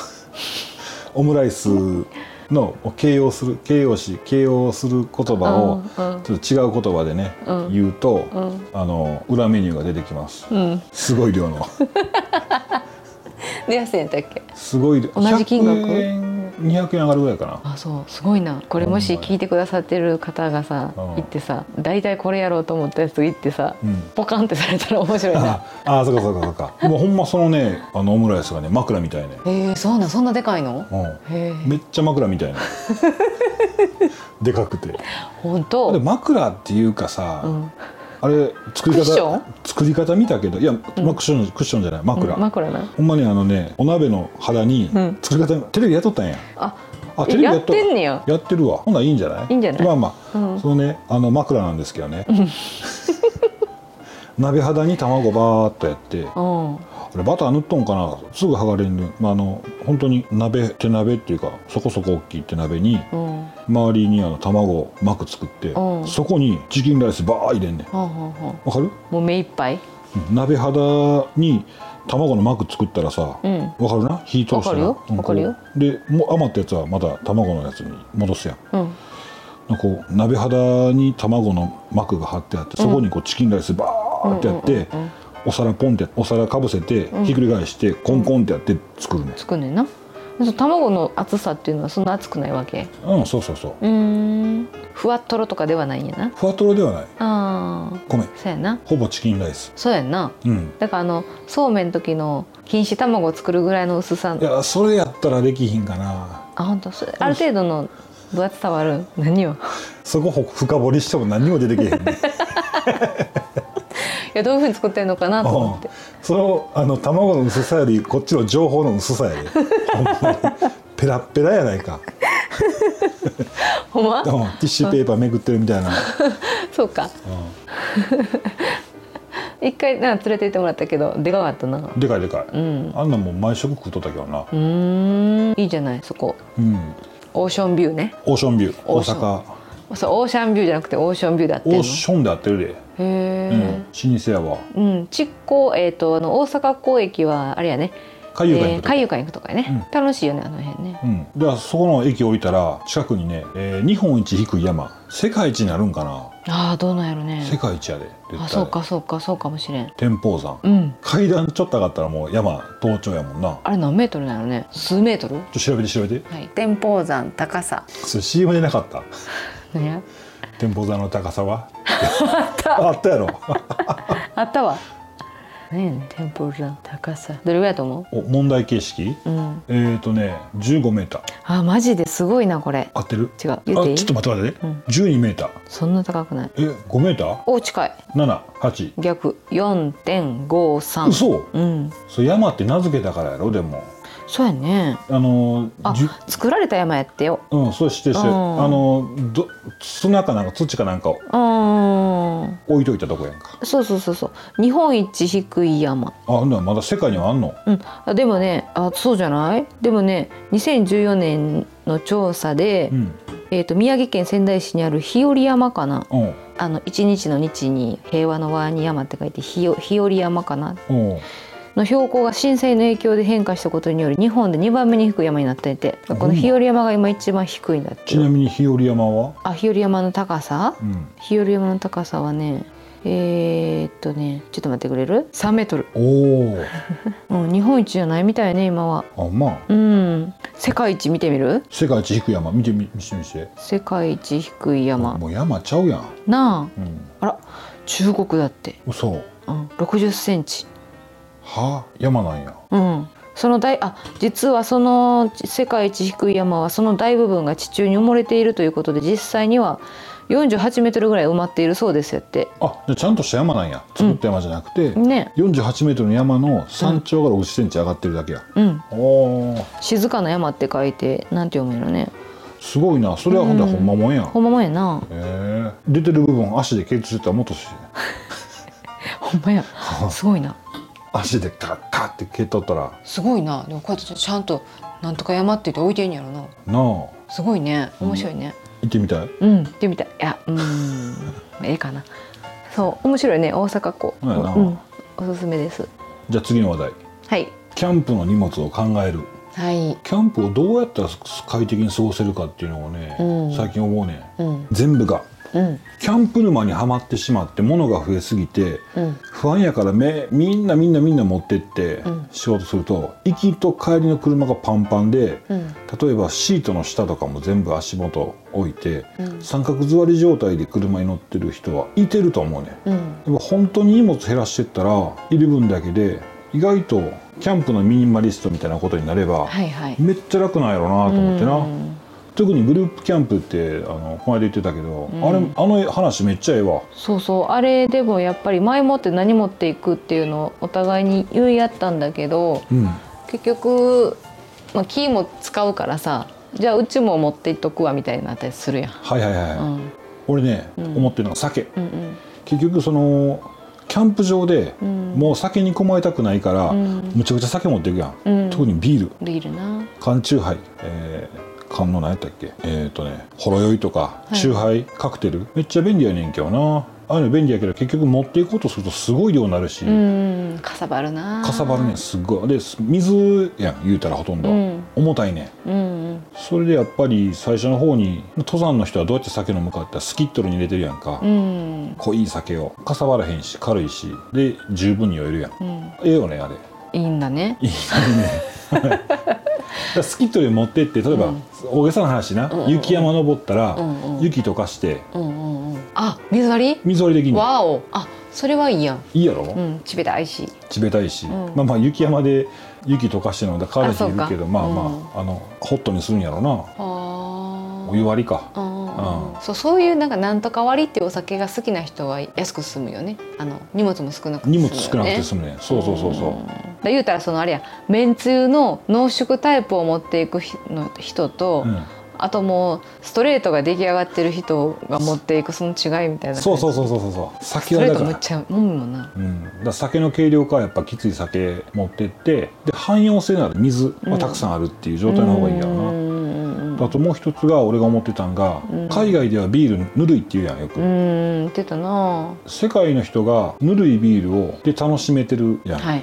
Speaker 1: オムライスの形容する形容詞形容する言葉を
Speaker 2: うんうん
Speaker 1: ちょっと違う言葉でね、
Speaker 2: うん
Speaker 1: 言うと、
Speaker 2: うん
Speaker 1: あの裏メニューが出てきます
Speaker 2: えうん
Speaker 1: すごい量の
Speaker 2: で安いんやったっけ
Speaker 1: すごい量
Speaker 2: 同じ金額
Speaker 1: 100円200円上がるぐらいかな
Speaker 2: あそうすごいなこれもし
Speaker 1: ほんまや
Speaker 2: 聞いてくださってる方がさ
Speaker 1: うん
Speaker 2: 行ってさ大体これやろうと思ったやつ行ってさ
Speaker 1: うん
Speaker 2: ポカンってされたら面白いな
Speaker 1: あ あそうかそうかそうかもうほんまそのねあのオムライスがね枕みたいね、
Speaker 2: へえそうなんそんなでかいの
Speaker 1: うん、
Speaker 2: へえ
Speaker 1: めっちゃ枕みたいな でかくて
Speaker 2: 本
Speaker 1: で
Speaker 2: 当
Speaker 1: 枕っていうかさ、
Speaker 2: うん
Speaker 1: あれ作り
Speaker 2: クッショ
Speaker 1: 方
Speaker 2: ン
Speaker 1: 作り方見たけどいや、まあクッションクッションじゃない枕、
Speaker 2: うん枕な
Speaker 1: ほんまにあのねお鍋の肌に
Speaker 2: うん
Speaker 1: 作り方、テレビやっとったんや
Speaker 2: あ
Speaker 1: あ
Speaker 2: え
Speaker 1: テレビやっと
Speaker 2: やってんねや
Speaker 1: やってるわほんならいいんじゃない
Speaker 2: いいんじゃない
Speaker 1: まあまあ、
Speaker 2: うん
Speaker 1: そのねあの枕なんですけどね 鍋肌に卵バーっとやって
Speaker 2: うん
Speaker 1: これバター塗っとんかなすぐ剥がれんねん、まあ、あの本当に鍋手鍋っていうかそこそこ大きい手鍋に
Speaker 2: うんは
Speaker 1: 周りにあの卵膜作って、
Speaker 2: うん
Speaker 1: そこにチキンライスバー入れんねん
Speaker 2: あはあは
Speaker 1: わかる
Speaker 2: あもう目いっぱい
Speaker 1: うん鍋肌に卵の膜作ったらさ、
Speaker 2: う
Speaker 1: わ
Speaker 2: ん
Speaker 1: かるな火通してな
Speaker 2: わかるよ
Speaker 1: うん
Speaker 2: わかるよ
Speaker 1: こうでもう余ったやつはまだ卵のやつに戻すやん
Speaker 2: うん
Speaker 1: なんかこう鍋肌に卵の膜が張ってあってそこにこうチキンライスバーってやって、
Speaker 2: うんうんうんうん
Speaker 1: お皿ポンってお皿かぶせてひっくり返してコンコンってやって作るね、
Speaker 2: つくねんなその卵の厚さっていうのはそんな厚くないわけ
Speaker 1: うんそうそうそう
Speaker 2: うーんふわっとろとかではないんやな
Speaker 1: ふわとろではない
Speaker 2: あー
Speaker 1: 米
Speaker 2: そうやな
Speaker 1: ほぼチキンライス
Speaker 2: そうやんな
Speaker 1: うん
Speaker 2: だからあのそうめんの時の錦糸卵を作るぐらいの薄さ
Speaker 1: いやそれやったらできひんかな
Speaker 2: あ本当それある程度の分厚さはある何を
Speaker 1: そこほ深掘りしても何にも出てけえへ んね
Speaker 2: いやどういうふうに作ってるのかなと思って
Speaker 1: うんそのあの卵の薄さよりこっちの情報の薄さやでほんまにペラッペラやないか、
Speaker 2: ほんま
Speaker 1: うん、ティッシュペーパーめくってるみたいな、
Speaker 2: そうか
Speaker 1: う、
Speaker 2: 一回なんか連れて行ってもらったけどでかかったなうん
Speaker 1: でかいでかい、
Speaker 2: ん
Speaker 1: あんなんもう毎食食うとったけどな
Speaker 2: うーんいいじゃないそこ
Speaker 1: うん
Speaker 2: オーシャンビューね
Speaker 1: オーシャンビュー
Speaker 2: オ
Speaker 1: 大
Speaker 2: ーシャン
Speaker 1: 阪
Speaker 2: そうオーシャンビューじゃなくてオーシャンビューだって
Speaker 1: オ
Speaker 2: ん
Speaker 1: ー
Speaker 2: の
Speaker 1: ションで合ってるで、
Speaker 2: へ
Speaker 1: うん
Speaker 2: え、
Speaker 1: 老舗やわ
Speaker 2: うん、ちっこえっ、とあの大阪港駅はあれやね
Speaker 1: 海遊館行くとこ
Speaker 2: 海遊館行くとかやね、楽しいよねあの辺ね
Speaker 1: うん、ではそこの駅降りたら近くにね、えー日本一低い山世界一になるんかな、
Speaker 2: ああどうなんやろね
Speaker 1: 世界一やで絶対
Speaker 2: あそうかそうかそうかもしれん
Speaker 1: 天保山
Speaker 2: うん
Speaker 1: 階段ちょっと上がったらもう山登頂やもんな
Speaker 2: あれ何メートルなのね数メートル
Speaker 1: ちょ調べて調べて
Speaker 2: はい天保山高さ
Speaker 1: それ CM でなかった
Speaker 2: 何や
Speaker 1: 天保山の高さ はあったあったやろ
Speaker 2: あったわ何やねん天保山高さどれぐらいだと思
Speaker 1: お問題形式
Speaker 2: ううん
Speaker 1: えっ、ー、とね15メーター
Speaker 2: あマジですごいなこれ
Speaker 1: 合ってる
Speaker 2: 違う
Speaker 1: あち
Speaker 2: 言
Speaker 1: ょ
Speaker 2: っていい
Speaker 1: っと待って待って、
Speaker 2: う
Speaker 1: ね
Speaker 2: ん
Speaker 1: 12メーター
Speaker 2: そんな高くない
Speaker 1: え5メーター
Speaker 2: お近い
Speaker 1: 78
Speaker 2: 逆4.53
Speaker 1: 嘘
Speaker 2: うん
Speaker 1: それ山って名付けたからやろでも
Speaker 2: そうやね
Speaker 1: あのー
Speaker 2: あ
Speaker 1: じゅ
Speaker 2: 作られた山やってよ
Speaker 1: うんそうしてして、
Speaker 2: うん
Speaker 1: あのど砂かなんか土かなんかを
Speaker 2: うーん
Speaker 1: 置いといたとこやんか
Speaker 2: そうそうそうそう日本一低い山
Speaker 1: あほんならまだ世界にはあんの
Speaker 2: うん、あでもねあそうじゃないでもね2014年の調査で、
Speaker 1: うん
Speaker 2: えー、と宮城県仙台市にある日和山かな
Speaker 1: うん
Speaker 2: あの一日の日に平和の和に山って書いて日和日和山かな
Speaker 1: うん
Speaker 2: の標高が震災の影響で変化したことにより日本で2番目に低い山になっていてこの日和山が今一番低いんだって
Speaker 1: ちな
Speaker 2: よ
Speaker 1: みに日和山は
Speaker 2: あ日和山の高さ
Speaker 1: うん
Speaker 2: 日和山の高さはねえー、っとねちょっと待ってくれる3メートル、
Speaker 1: おお
Speaker 2: うん、日本一じゃないみたいね今は
Speaker 1: あまあ
Speaker 2: うん世界一見てみる
Speaker 1: 世界一低い山見てみ見して見して
Speaker 2: 世界一低い山
Speaker 1: もう山ちゃうやん
Speaker 2: な
Speaker 1: うん
Speaker 2: ああら中国だって、
Speaker 1: 嘘
Speaker 2: うん、60センチ
Speaker 1: は山なんや
Speaker 2: うんその大あ実はその世界一低い山はその大部分が地中に埋もれているということで実際には48メートルぐらい埋まっているそうですよって
Speaker 1: あじゃあちゃんとした山なんや作った山じゃなくて、
Speaker 2: ね
Speaker 1: 48メートルの山の山頂から6センチ上がってるだけや、
Speaker 2: うん
Speaker 1: おお
Speaker 2: 静かな山って書いてなんて読むのね
Speaker 1: すごいなそれはほんとほんまもんやん、
Speaker 2: ほんまもんやな
Speaker 1: へえ出てる部分足で蹴りついたらもっとし
Speaker 2: ほんまや すごいな
Speaker 1: 足でカッカッって蹴っとったら
Speaker 2: すごいなでもこうやってちゃんとなんとか山って言って置いてんやろな
Speaker 1: なあ行
Speaker 2: すごいね面白いね、
Speaker 1: ってみたい
Speaker 2: うん、行ってみたい。いや、うん、 ええかな。そう、面白いね、大阪港。
Speaker 1: そうやな
Speaker 2: うん、おすすめです。
Speaker 1: じゃあ次の話題
Speaker 2: はい。
Speaker 1: キャンプの荷物を考える
Speaker 2: はい。
Speaker 1: キャンプをどうやったら快適に過ごせるかっていうのをね、
Speaker 2: うん
Speaker 1: 最近思うね
Speaker 2: うん、
Speaker 1: 全部が
Speaker 2: うん、
Speaker 1: キャンプ沼にはまってしまって物が増えすぎて
Speaker 2: うん。
Speaker 1: 不安やからめみんなみんなみんな持ってって
Speaker 2: うん
Speaker 1: 仕事すると行きと帰りの車がパンパンで
Speaker 2: うん、
Speaker 1: 例えばシートの下とかも全部足元置いて
Speaker 2: うん、
Speaker 1: 三角座り状態で車に乗ってる人はいてると思うね
Speaker 2: うん、
Speaker 1: でも本当に荷物減らしてったらいる分だけで意外とキャンプのミニマリストみたいなことになれば
Speaker 2: はい、はい。
Speaker 1: めっちゃ楽なんやろうなと思ってな、
Speaker 2: うん
Speaker 1: 特にグループキャンプってあのこの間言ってたけど、
Speaker 2: ん
Speaker 1: あれあの話めっちゃええわ
Speaker 2: そうそうあれでもやっぱり前もって何持っていくっていうのをお互いに言い合ったんだけど
Speaker 1: うん
Speaker 2: 結局、まあ、キーも使うからさじゃあうちも持っていっとくわみたいになったりするやん、
Speaker 1: はいはいはい、
Speaker 2: うん、
Speaker 1: 俺ね、
Speaker 2: うん
Speaker 1: 思ってるのが酒
Speaker 2: うん
Speaker 1: 結局そのキャンプ場で、
Speaker 2: うん
Speaker 1: もう酒に困りたくないから、
Speaker 2: うん
Speaker 1: むちゃくちゃ酒持っていくやん、
Speaker 2: うん
Speaker 1: 特にビール
Speaker 2: うんビールな
Speaker 1: 缶チューハイ、えー缶の何やったっけえっ、とねほろ酔いとか
Speaker 2: い
Speaker 1: チューハイカクテルめっちゃ便利やねんけどなああいうの便利やけど結局持っていこうとするとすごい量になるし、
Speaker 2: うんかさばるな
Speaker 1: かさばるねんすっごいです水やん言うたらほとんど、
Speaker 2: うん
Speaker 1: 重たいねん
Speaker 2: うんうん
Speaker 1: それでやっぱり最初の方に登山の人はどうやって酒飲むかって言ったらスキットルに入れてるやんか、
Speaker 2: うん、
Speaker 1: 濃い酒をかさばらへんし軽いしで十分に酔えるやん
Speaker 2: うん、
Speaker 1: ええよねあれ
Speaker 2: いいんだね
Speaker 1: いいねらスキットル持ってって例えば、
Speaker 2: うん
Speaker 1: 大げさな話な、
Speaker 2: うんうん
Speaker 1: 雪山登ったら、
Speaker 2: うんうん
Speaker 1: 雪溶かして
Speaker 2: うんうんうんあ水割
Speaker 1: 水割りでき
Speaker 2: り
Speaker 1: んの
Speaker 2: わおあそれはいいやん
Speaker 1: いいやろ、
Speaker 2: うんちびたいし
Speaker 1: 冷たいし、
Speaker 2: うん
Speaker 1: まあまあ雪山で雪溶かしてるので彼氏いる
Speaker 2: あそ
Speaker 1: け
Speaker 2: うか
Speaker 1: どまあまあ,、あのホットにするんやろな
Speaker 2: あー
Speaker 1: お湯割りか
Speaker 2: あ
Speaker 1: う
Speaker 2: あそうそういうなんかなんとか割りっていうお酒が好きな人は安く済むよねあの荷物も少なくて
Speaker 1: 荷
Speaker 2: 済
Speaker 1: 物少な
Speaker 2: むよね
Speaker 1: くて済むねそうそうそうそ
Speaker 2: んだから言うたらそのあれやめんつゆの濃縮タイプを持っていくひの人と、
Speaker 1: う、うん、
Speaker 2: あともうストレートが出来上がってる人が持っていくその違いみたいな
Speaker 1: そうそう
Speaker 2: う
Speaker 1: そうそうそうそう酒
Speaker 2: スト
Speaker 1: は
Speaker 2: レ
Speaker 1: だ
Speaker 2: ー
Speaker 1: か
Speaker 2: トむっ
Speaker 1: ら
Speaker 2: ちゃ飲むもんな
Speaker 1: うん、だから酒の軽量化はやっぱきつい酒持ってってで汎用性のある水はたくさんあるっていう状態の方がいいやろな、
Speaker 2: うん
Speaker 1: あともう一つが俺が思ってたんが、
Speaker 2: うん
Speaker 1: 海外ではビールぬるいっていうやんよく、
Speaker 2: うん言ってたなは
Speaker 1: 世界の人がぬるいビールをで楽しめてるやん、
Speaker 2: いはい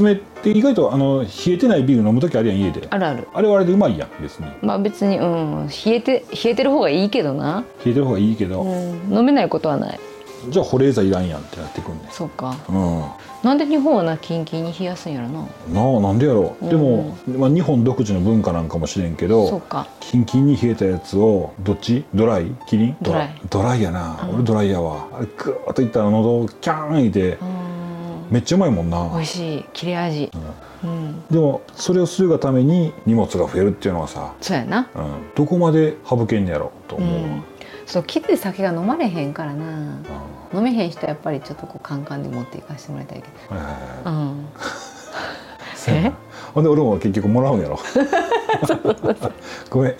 Speaker 1: 冷て意外とあの冷えてないビール飲む時あるやん家で
Speaker 2: あるある
Speaker 1: あれはあれでうまいやん別に冷
Speaker 2: まあ別にうん冷えて冷えてる方がいいけどな、
Speaker 1: えてる方がいいけど、
Speaker 2: うん、飲めないことはない
Speaker 1: じゃあ保冷剤いらんやんってなってくんね
Speaker 2: そうか
Speaker 1: うん
Speaker 2: なんで日本はなキンキンに冷やすんやろな
Speaker 1: なあなんでやろう、でも、まあ、日本独自の文化なんかもしれんけ
Speaker 2: そう
Speaker 1: ど
Speaker 2: か
Speaker 1: キンキンに冷えたやつをどっちドライキリン
Speaker 2: ドライ
Speaker 1: ドライやな、
Speaker 2: うん
Speaker 1: 俺ドライやわあれグーッといったら喉キャーンいて
Speaker 2: うん
Speaker 1: めっちゃうまいもんな、
Speaker 2: 美味しい切れ味うん
Speaker 1: でもそれをするがために荷物が増えるっていうのはさ、
Speaker 2: そうやな
Speaker 1: うん、どこまで省けんねやろと
Speaker 2: う
Speaker 1: 思うわ、
Speaker 2: んそうきつい酒が飲まれへんからな
Speaker 1: うんは
Speaker 2: 飲めへん人はやっぱりちょっとこうカンカンで持っていかせてもらいたいけ
Speaker 1: いはいはい
Speaker 2: ど、 うん、
Speaker 1: そうやな ほんで俺も結局もらうん やろ ごめん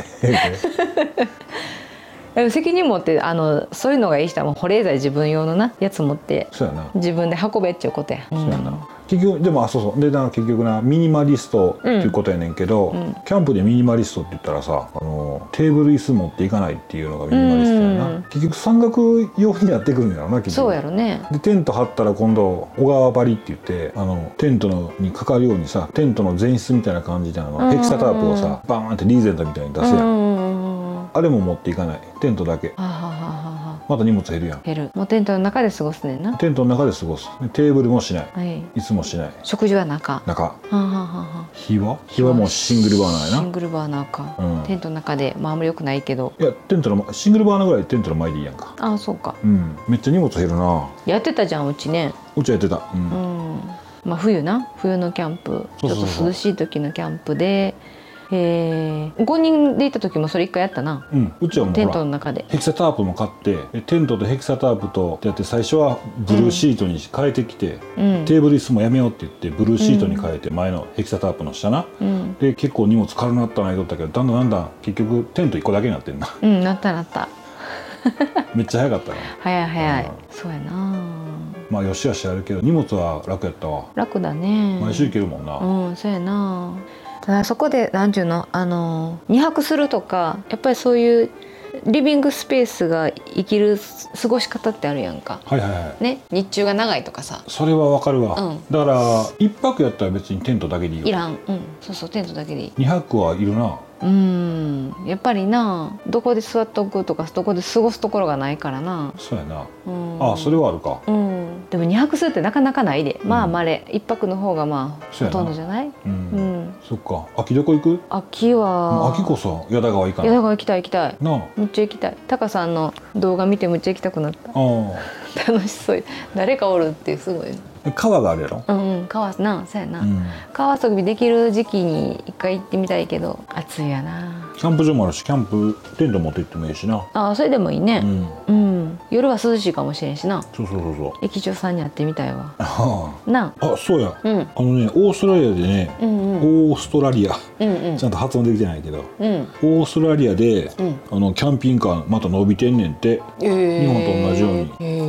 Speaker 2: でも責任持ってあのそういうのがいい人はもう保冷剤自分用のなやつ持って
Speaker 1: そうやな
Speaker 2: 自分で運べっていうことや、う
Speaker 1: そ
Speaker 2: ん
Speaker 1: うやな結局でもあそうそうでな結局なミニマリストっていうことやねんけど、
Speaker 2: うん
Speaker 1: キャンプでミニマリストって言ったらさあのテーブル椅子持っていかないっていうのがミニマリストやな、
Speaker 2: うん
Speaker 1: 結局山岳用になってくるんやろな結局
Speaker 2: そうやろね
Speaker 1: でテント張ったら今度小川張りって言ってあのテントのにかかるようにさテントの前室みたいな感じであの
Speaker 2: うん
Speaker 1: ヘキサタープをさバーンってリーゼントみたいに出すや、
Speaker 2: うんんうんうんは
Speaker 1: あれも持っていかないテントだけ
Speaker 2: あはあはあはあ
Speaker 1: また荷物減るやん
Speaker 2: 減るもうテントの中で過ごすねんな、
Speaker 1: テントの中で過ごすテーブルもしない
Speaker 2: はい、
Speaker 1: いつもしない
Speaker 2: 食事は中
Speaker 1: 中
Speaker 2: はあはあはあはあ
Speaker 1: 火は火はもうシングルバーナーや
Speaker 2: シ
Speaker 1: な
Speaker 2: ングルバーナーか、
Speaker 1: うん
Speaker 2: テントの中でまああんまり良くないけど
Speaker 1: いやテントのシングルバーナーぐらいテントの前でいいやんか
Speaker 2: ああそうか
Speaker 1: うんめっちゃ荷物減るな
Speaker 2: やってたじゃんうちね
Speaker 1: うちはやってたう
Speaker 2: うんんまあ冬な冬のキャンプ
Speaker 1: そ
Speaker 2: ち
Speaker 1: う
Speaker 2: ょ
Speaker 1: そうそう
Speaker 2: っと涼しい時のキャンプでえー、5人で行った時もそれ一回やったな
Speaker 1: うん、うちはもう
Speaker 2: テ
Speaker 1: ほ
Speaker 2: ント
Speaker 1: ら
Speaker 2: の中で
Speaker 1: ヘキサタープも買ってでテントとヘキサタープとってやって最初はブルーシートに変えてきて、
Speaker 2: うん
Speaker 1: テーブル椅子もやめようって言ってブルーシートに変えて前のヘキサタープの下な、
Speaker 2: うん、
Speaker 1: で結構荷物軽なったな言うとったけどだんだんだんだん結局テント1個だけになってんな
Speaker 2: うん、なったなった
Speaker 1: めっちゃ早かったな
Speaker 2: 早い早い
Speaker 1: うん
Speaker 2: そうやな
Speaker 1: まあよしよしやるけど荷物は楽やったわ
Speaker 2: 楽だね
Speaker 1: 毎週行けるもんな、
Speaker 2: うんそうやなただそこで何ていうのあの2泊するとかやっぱりそういうリビングスペースが生きる過ごし方ってあるやんか
Speaker 1: はいはいはい
Speaker 2: ね日中が長いとかさ
Speaker 1: それはわかるわ、
Speaker 2: うん
Speaker 1: だから一泊やったら別にテントだけでいいよ
Speaker 2: いらんうんそうそうテントだけでいい
Speaker 1: 2泊はいるな
Speaker 2: うんやっぱりなどこで座っとくとかどこで過ごすところがないからな、
Speaker 1: そうやな、
Speaker 2: うん、
Speaker 1: ああそれはあるか
Speaker 2: うん、でも2泊するってなかなかないでまあ
Speaker 1: うん
Speaker 2: まれ、一泊の方がまあ
Speaker 1: そう
Speaker 2: ほ
Speaker 1: やな
Speaker 2: とんどじゃない、
Speaker 1: うん、
Speaker 2: うん、
Speaker 1: そっか秋どこ行く
Speaker 2: 秋
Speaker 1: もう
Speaker 2: は
Speaker 1: 秋こそ矢田川行か
Speaker 2: い
Speaker 1: な
Speaker 2: や
Speaker 1: い
Speaker 2: だから行きたい行きたい
Speaker 1: なあ
Speaker 2: むっちゃ行きたいタカさんの動画見てむっちゃ行きたくなっ
Speaker 1: あ
Speaker 2: た楽しそう誰かおるってすごい
Speaker 1: あ川があるやろ、
Speaker 2: うんうん川なそうやな、
Speaker 1: うん、
Speaker 2: 川遊びできる時期に一回行ってみたいけど暑いやな
Speaker 1: キャンプ場もあるしキャンプテント持って行ってもいいしな
Speaker 2: あーそれでもいいうね
Speaker 1: ん
Speaker 2: うん、夜は涼しいかもしれんしな
Speaker 1: そうそうそうそう
Speaker 2: 駅長さんに会ってみたいわ
Speaker 1: あ
Speaker 2: な
Speaker 1: ああそうや
Speaker 2: あうん
Speaker 1: あのねオーストラリアでね、
Speaker 2: うんうん
Speaker 1: オーストラリア
Speaker 2: うんうん
Speaker 1: ちゃんと発音できてないけど
Speaker 2: うん
Speaker 1: オーストラリアで、
Speaker 2: うん
Speaker 1: あのキャンピングカーまた伸びてんねんって
Speaker 2: 日
Speaker 1: 本と同じように
Speaker 2: へ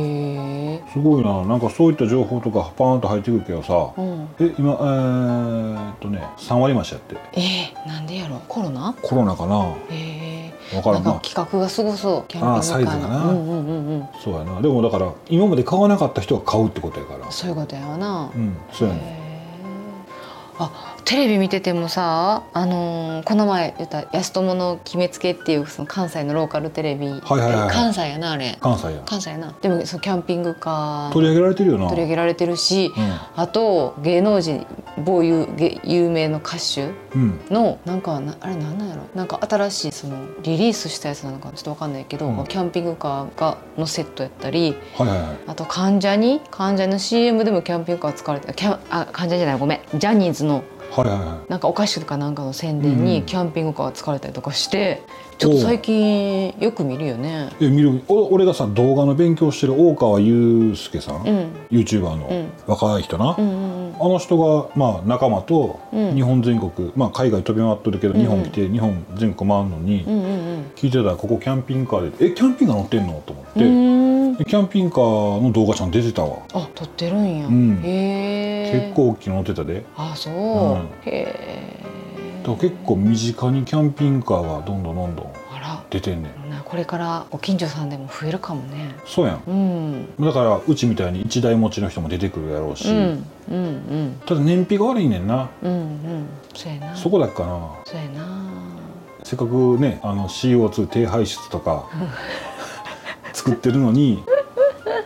Speaker 2: え
Speaker 1: すごいななんかそういった情報とかパーンと入ってくるけどさ、
Speaker 2: うん
Speaker 1: え今えーっとね3割増しやって
Speaker 2: えー、なんでやろコロナ
Speaker 1: コロナかな
Speaker 2: へえ
Speaker 1: 分から
Speaker 2: なんん
Speaker 1: な
Speaker 2: か企画がすごそうキャンピングカー
Speaker 1: あーサイズがな
Speaker 2: うんうんうんうん
Speaker 1: そうやなでもだから今まで買わなかった人が買うってことやから
Speaker 2: そういうことやわな、
Speaker 1: うんそうやね
Speaker 2: へあテレビ見ててもさ、あのーこの前言った「安友の決めつけ」っていうその関西のローカルテレビ、
Speaker 1: はいはいはい
Speaker 2: 関西やなあれ
Speaker 1: 関西や
Speaker 2: 関西やなでもそのキャンピングカー
Speaker 1: 取り上げられてるよな
Speaker 2: 取り上げられてるし、あと芸能人某有芸有名の歌手
Speaker 1: うん、うん、
Speaker 2: のなんかなあれなんなんやろなんか新しいそのリリースしたやつなのかちょっとわかんないけど、
Speaker 1: うん
Speaker 2: キャンピングカーがのセットやったり
Speaker 1: はいはいはい
Speaker 2: あと患者に患者の CM でもキャンピングカー使われてキャンあ患者じゃないごめんジャニーズの
Speaker 1: はいはいはい
Speaker 2: なんかお菓子とかなんかの宣伝
Speaker 1: うん
Speaker 2: に
Speaker 1: うん
Speaker 2: キャンピングカー使われたりとかして、ちょっと最近よく見るよね。
Speaker 1: え見るお俺がさ動画の勉強してる大川祐介さん、
Speaker 2: うん、
Speaker 1: ユー YouTuber の、
Speaker 2: うん
Speaker 1: 若い人な、
Speaker 2: うんうんうん
Speaker 1: あの人が、まあ、仲間と
Speaker 2: うん
Speaker 1: 日本全国、まあ、海外飛び回ってるけど
Speaker 2: うんうん
Speaker 1: 日本来て日本全国回るのに、
Speaker 2: うんうん
Speaker 1: 聞いてたらここキャンピングカーで「えキャンピングカー乗ってんの?」と思って、
Speaker 2: うんうーん
Speaker 1: でキャンピングカーの動画ちゃん出てたわ、
Speaker 2: あ撮ってるんや、
Speaker 1: うん
Speaker 2: へえ
Speaker 1: 結構大きいの乗ってたで
Speaker 2: あそう、
Speaker 1: うん
Speaker 2: へえ
Speaker 1: だから結構身近にキャンピングカーがどんどんどんどん
Speaker 2: あら
Speaker 1: 出てんねん
Speaker 2: なこれからご近所さんでも増えるかもね
Speaker 1: そうやん
Speaker 2: うん
Speaker 1: だからうちみたいに一台持ちの人も出てくるやろうし、
Speaker 2: うんうんうん
Speaker 1: ただ燃費が悪いねんな
Speaker 2: うんうんそうやな
Speaker 1: そこだけかな
Speaker 2: そうやな
Speaker 1: せっかくねあの CO2 低排出とか作ってるのに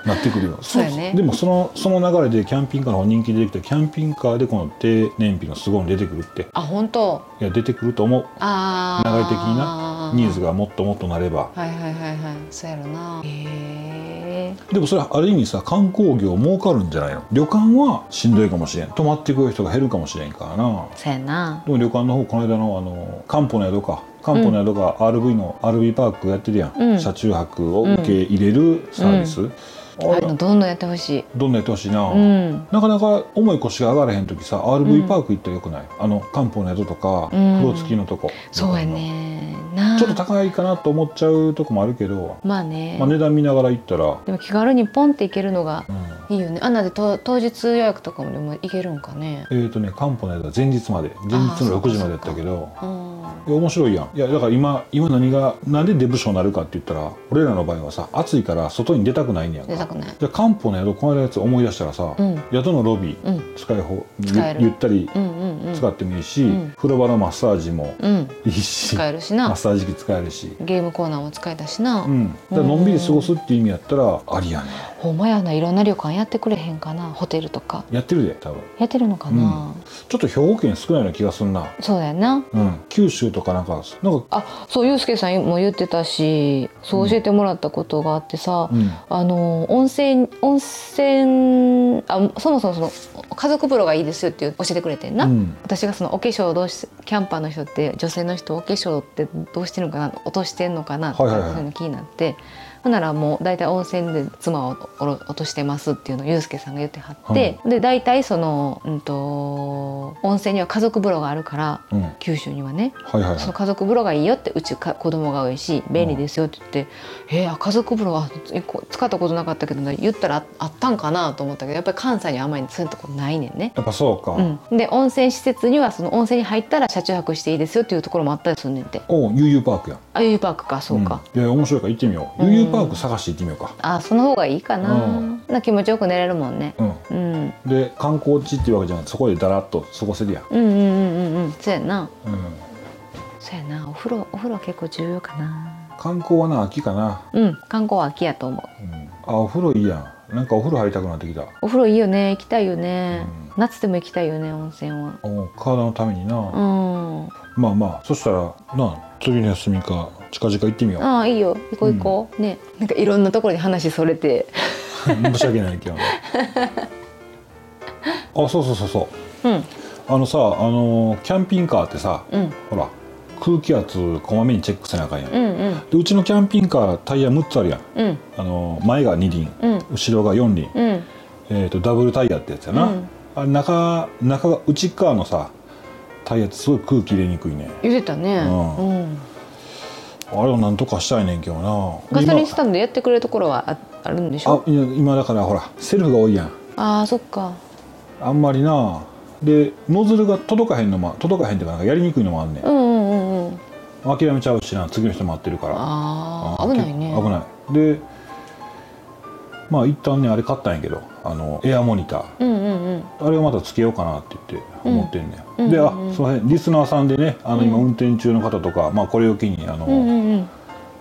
Speaker 1: なってくるよ
Speaker 2: そうやね
Speaker 1: でもそのその流れでキャンピングカーの方が人気出てきてキャンピングカーでこの低燃費のすごいの出てくるって
Speaker 2: あ本当
Speaker 1: いや出てくると思う
Speaker 2: ああ
Speaker 1: 流れ的になニーズがもっともっとなれば
Speaker 2: はいはいはいはいそうやろなへえ
Speaker 1: でもそれはある意味さ観光業儲かるんじゃないの旅館はしんどいかもしれん泊まってくる人が減るかもしれんからな
Speaker 2: そうやな
Speaker 1: でも旅館の方この間のあの漢方の宿か漢方の宿が RV の RV パークやってるやん、
Speaker 2: うん
Speaker 1: 車中泊を受け入れるサービス、
Speaker 2: ああ
Speaker 1: あ
Speaker 2: いう
Speaker 1: れ
Speaker 2: のどんどんやってほしい
Speaker 1: どんなやってほしいな、
Speaker 2: うん
Speaker 1: なかなか重い腰が上がらへん時さ
Speaker 2: う
Speaker 1: RV
Speaker 2: ん
Speaker 1: パーク行ったらよくない、あの漢方の宿とか
Speaker 2: うん
Speaker 1: 風呂付きのとこ、
Speaker 2: そうやねな
Speaker 1: ちょっと高いかなと思っちゃうとこもあるけど、
Speaker 2: まあね、
Speaker 1: まあ、値段見ながら行ったら、
Speaker 2: でも気軽にポンって行けるのが
Speaker 1: うん
Speaker 2: いいよねあなんでと当日予約とかもでも行けるんかね
Speaker 1: えっ、とね漢方の宿は前日まで前日の6時までやったけど
Speaker 2: うん
Speaker 1: いや面白いやんいやだから今今何がなんでデブ症になるかって言ったら俺らの場合はさ暑いから外に出たくないんやん
Speaker 2: 出た
Speaker 1: か
Speaker 2: くない
Speaker 1: で漢方の宿この間のやつ思い出したらさ、
Speaker 2: うん
Speaker 1: 宿のロビ
Speaker 2: う
Speaker 1: ー
Speaker 2: ん
Speaker 1: 使い方ゆ
Speaker 2: 使える
Speaker 1: ゆったり
Speaker 2: うんうんうん
Speaker 1: 使ってもいいし、
Speaker 2: うん
Speaker 1: 風呂場のマッサージも
Speaker 2: うん
Speaker 1: いいし、
Speaker 2: 使えるし
Speaker 1: マッ
Speaker 2: な
Speaker 1: サージ機使えるし、
Speaker 2: ゲームコーナーも使えたしな、
Speaker 1: うん、だからのんびり過ごすっていう意味やったらありやね
Speaker 2: ほんまやないろんな旅館やってくれへんかなホテルとか
Speaker 1: やってるで多分
Speaker 2: やってるのかな、
Speaker 1: ちょっと兵庫県少ないような気がすんな、
Speaker 2: そうだよな
Speaker 1: うん、九州とかなんかなんか、
Speaker 2: あそうゆうすけさんも言ってたしそう教えてもらったことがあってさ、
Speaker 1: うん、
Speaker 2: あの温泉温泉あそもそもその家族風呂がいいですよって教えてくれてんな、
Speaker 1: うん
Speaker 2: 私がそのお化粧をどうしキャンパーの人って女性の人お化粧ってどうしてるのかな落としてんのかなと
Speaker 1: は
Speaker 2: か
Speaker 1: い
Speaker 2: っ
Speaker 1: はい
Speaker 2: て
Speaker 1: はい
Speaker 2: いうの気になってほんならもう大体温泉で妻をおろ落としてますっていうのをユうスケさんが言ってはって、で大体その、うん、と温泉には家族風呂があるから
Speaker 1: うん、はい
Speaker 2: 九州にはね
Speaker 1: はいはい
Speaker 2: その家族風呂がいいよってうちか子供が多いし便利ですよって言って「えーあ家族風呂はえこ使ったことなかったけどな言ったらああったんかな?」と思ったけどやっぱり関西にはあんまりそういうとこないねんね。
Speaker 1: やっぱそうか、
Speaker 2: うん、で温泉施設にはその温泉に入ったら車中泊していいですよっていうところもあったりすんねんて
Speaker 1: おう悠々パークやん
Speaker 2: あゆパークかそうか、、
Speaker 1: んいや面白いから行ってみよう
Speaker 2: うん
Speaker 1: 悠々パーク探して行ってみようか
Speaker 2: あその方がいいかな、
Speaker 1: うん
Speaker 2: な気持ちよく寝れるもんね、
Speaker 1: うん、
Speaker 2: うん、
Speaker 1: で観光地っていうわけじゃなくてそこでだらっと過ごせるやん、
Speaker 2: うんうんうんうんうんそうやな
Speaker 1: うん、
Speaker 2: そうやなお風呂お風呂は結構重要かな
Speaker 1: 観光はな秋かな、
Speaker 2: うん観光は秋やと思う
Speaker 1: うん、あお風呂いいやんなんかお風呂入りたくなってきた
Speaker 2: お風呂いいよね行きたいよね、
Speaker 1: う
Speaker 2: 夏でも行きたいよね温泉は
Speaker 1: おう体のためにな、
Speaker 2: うん
Speaker 1: まあまあそしたらな次の休みか近々行って みよ
Speaker 2: ああいいよ行こう行こう、ねなんかいろんなところに話それて
Speaker 1: う申し訳ないけどねあそうそうそうそう
Speaker 2: うん
Speaker 1: あのさあのーキャンピングカーってさ
Speaker 2: うん
Speaker 1: ほら空気圧こまめにチェックせなあかんやん、
Speaker 2: うんうん
Speaker 1: でうちのキャンピングカータイヤ6つあるやん
Speaker 2: うん
Speaker 1: あの前が2輪
Speaker 2: うん
Speaker 1: 後ろが4輪、
Speaker 2: うん
Speaker 1: えー、とダブルタイヤってやつやな、
Speaker 2: うん
Speaker 1: あれ中中が内側のさタイヤってすごい空気入れにくいね
Speaker 2: 言ってたね、
Speaker 1: うん
Speaker 2: うん、
Speaker 1: あれをなんとかしたいねんけどな
Speaker 2: ガソリンス
Speaker 1: 今
Speaker 2: タンドやってくれるところはああるんでし
Speaker 1: あ
Speaker 2: ょ
Speaker 1: いや今だからほらセルフが多いやん
Speaker 2: ああーそっか
Speaker 1: あんまりなでノズルが届かへんのも届かへんっていうかなんかやりにくいのもあんねん
Speaker 2: うんうんうんうん
Speaker 1: 諦めちゃうしな次の人待ってるから
Speaker 2: ああ危ないね
Speaker 1: 危ないでまあ一旦ねあれ買ったんやけどあのエアモニター
Speaker 2: うんうんうん
Speaker 1: あれをまたつけようかなって言って思ってんね、
Speaker 2: うん
Speaker 1: で、
Speaker 2: うんうんうん
Speaker 1: あすいませんリスナーさんでねあの今
Speaker 2: うん
Speaker 1: 運転中の方とか、まあ、これを機にあの、
Speaker 2: うんうん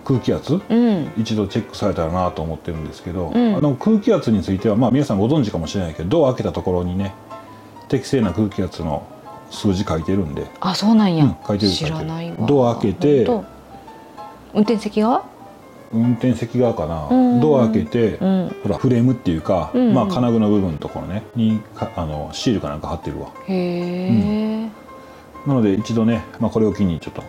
Speaker 1: 空気圧
Speaker 2: うんうん
Speaker 1: 一度チェックされたらなと思ってるんですけど、
Speaker 2: うん
Speaker 1: あの空気圧については、まあ、皆さんご存知かもしれないけどドア開けたところにね適正な空気圧の数字書いてるんで
Speaker 2: あそうなんや、
Speaker 1: うん書いてる
Speaker 2: 知らない
Speaker 1: 書いて
Speaker 2: わ
Speaker 1: るドア開けて
Speaker 2: ほんと運転席が
Speaker 1: 運転席側かな、
Speaker 2: うん
Speaker 1: ドア開けて、
Speaker 2: うん
Speaker 1: ほらフレームっていうか、
Speaker 2: うん
Speaker 1: まあ、金具の部分のところねにかあのシールかなんか貼ってるわ
Speaker 2: へえ、
Speaker 1: なので一度ね、まあ、これを機にちょっと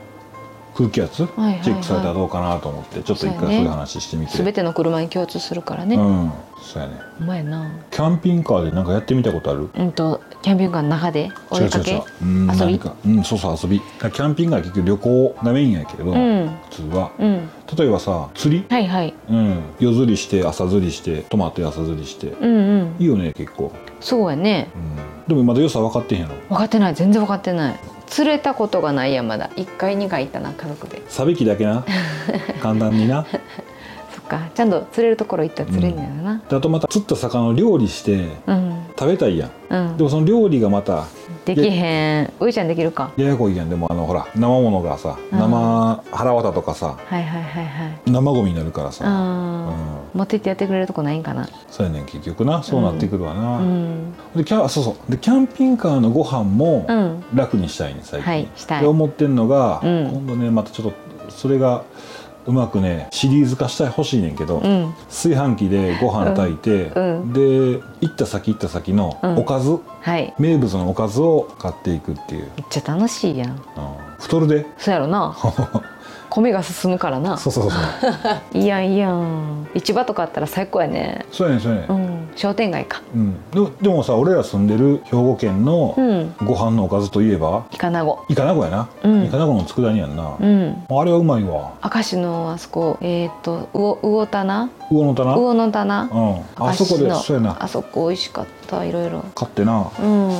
Speaker 1: 空気圧チェ
Speaker 2: いはいはい
Speaker 1: ックされたらどうかなと思って、ちょっと一
Speaker 2: そう
Speaker 1: 回
Speaker 2: やね
Speaker 1: そういう話してみて
Speaker 2: すべての車に共通するからね、
Speaker 1: うんそうやね
Speaker 2: うまいな
Speaker 1: キャンピングカーでなんかやってみたことある
Speaker 2: うんとキャンピングカーの中で追いかけ
Speaker 1: うん
Speaker 2: 遊び
Speaker 1: 何かうんそうそう遊びだからキャンピングカーは結局旅行がメインやけれど、
Speaker 2: うん
Speaker 1: 普通は
Speaker 2: うん
Speaker 1: 例えばさ釣り、
Speaker 2: はいはい
Speaker 1: うん、夜釣りして朝釣りして泊まって朝釣りして
Speaker 2: うんうん
Speaker 1: いいよね結構、
Speaker 2: そうやね
Speaker 1: うん、でもまだ良さ分かってへんやろ
Speaker 2: 分かってない全然分かってない釣れたことがないやんまだ1回2回行ったな家族で
Speaker 1: サビキだけ な簡単にな
Speaker 2: そっかちゃんと釣れるところ行ったら釣れるんだよな
Speaker 1: であとまた釣った魚を料理して
Speaker 2: うん
Speaker 1: 食べたいやん
Speaker 2: うん
Speaker 1: でもその料理がまた
Speaker 2: できへんういちゃんできるか
Speaker 1: ややこいやんでもあのほら生ものがさ
Speaker 2: うん
Speaker 1: 生腹綿とかさ
Speaker 2: はいはいはいはい
Speaker 1: 生ゴミになるからさ、
Speaker 2: あー持ってってやってくれるとこないんかな
Speaker 1: そうやねん結局なそうなってくるわな、
Speaker 2: うん
Speaker 1: でキャそうそうでキャンピングカーのご飯も
Speaker 2: うん
Speaker 1: 楽にしたいね最近、
Speaker 2: はいしたい
Speaker 1: で思ってんのが、
Speaker 2: うん
Speaker 1: 今度ねまたちょっとそれがうまくねシリーズ化したい欲しいねんけど、
Speaker 2: うん
Speaker 1: 炊飯器でご飯炊いて、
Speaker 2: うんう
Speaker 1: で行った先行った先の
Speaker 2: うん
Speaker 1: おかず、
Speaker 2: はい
Speaker 1: 名物のおかずを買っていくっていう、
Speaker 2: めっちゃ楽しいやん
Speaker 1: うん太るで
Speaker 2: そうやろな米が進むからな
Speaker 1: そうそうそう
Speaker 2: いいやんいいやん市場とかあったら最高やね
Speaker 1: そうやねんそうやね、
Speaker 2: うんん商店街か
Speaker 1: うんでもでもさ俺ら住んでる兵庫県の
Speaker 2: うん
Speaker 1: ご飯のおかずといえば
Speaker 2: イカナゴ
Speaker 1: イカナゴやな、
Speaker 2: うん
Speaker 1: イカナゴの佃煮やんな、
Speaker 2: うん
Speaker 1: あれはうまいわ
Speaker 2: 明石のあそこえっ、と魚魚棚
Speaker 1: 魚の棚
Speaker 2: 魚の棚
Speaker 1: うん、あそこ
Speaker 2: 明石
Speaker 1: で
Speaker 2: の
Speaker 1: そうやな
Speaker 2: あそこ美味しかったいろいろ
Speaker 1: 買ってな、
Speaker 2: うん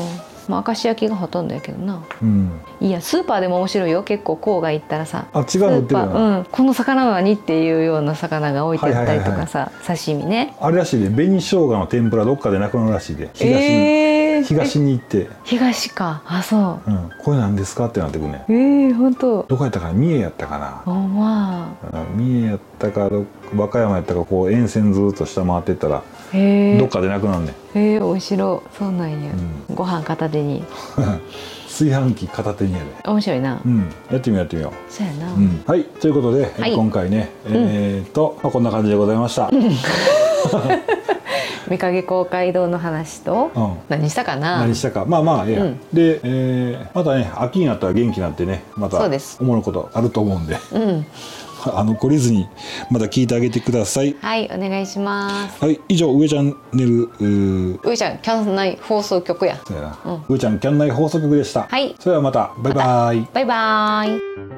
Speaker 2: まあ明石焼きがほとんどやけどな
Speaker 1: うん、
Speaker 2: いやスーパーでも面白いよ結構郊外行ったらさ
Speaker 1: あ違
Speaker 2: ス
Speaker 1: うの売っ
Speaker 2: ー
Speaker 1: てる
Speaker 2: パ
Speaker 1: よな、
Speaker 2: ー、うん、この魚は何っていうような魚が置いてあったりとかさ、刺身ね
Speaker 1: あれらしいで紅生姜の天ぷらどっかでなくなるらしいで東に、
Speaker 2: えー
Speaker 1: 東に行って、
Speaker 2: え東かあそ
Speaker 1: うん、これなんですかってなってくるね
Speaker 2: うええ本当
Speaker 1: どこやったかな三重やったかな
Speaker 2: おまあ
Speaker 1: うん三重やったかど和歌山やったかこう沿線ずっと下回ってったら
Speaker 2: へえ
Speaker 1: どっかでなくなるねん、
Speaker 2: へえお城そうなんや、
Speaker 1: う
Speaker 2: ご飯片手に
Speaker 1: 炊飯器片手にやで
Speaker 2: 面白いな、
Speaker 1: うんやってみようやってみよ
Speaker 2: そうやな、
Speaker 1: う、うん、はいということで、え
Speaker 2: はい
Speaker 1: 今回ねえー、っと、まあこんな感じでございました、
Speaker 2: 見かけ公会堂の話と、
Speaker 1: うん
Speaker 2: 何したかな
Speaker 1: 何したかまあまあええや、
Speaker 2: うん
Speaker 1: で、えーまたね秋になったら元気になってねまた
Speaker 2: そうです
Speaker 1: 思うことあると思うんで
Speaker 2: うん
Speaker 1: あの懲りずにまた聞いてあげてください
Speaker 2: はいお願いします
Speaker 1: はい以上上チャンネルうー
Speaker 2: ういちゃんキャン内放送局や
Speaker 1: そうやな、
Speaker 2: うん
Speaker 1: 上ちゃんキャン内放送局でした、
Speaker 2: はい
Speaker 1: それではまたバイバイ
Speaker 2: バイバーイ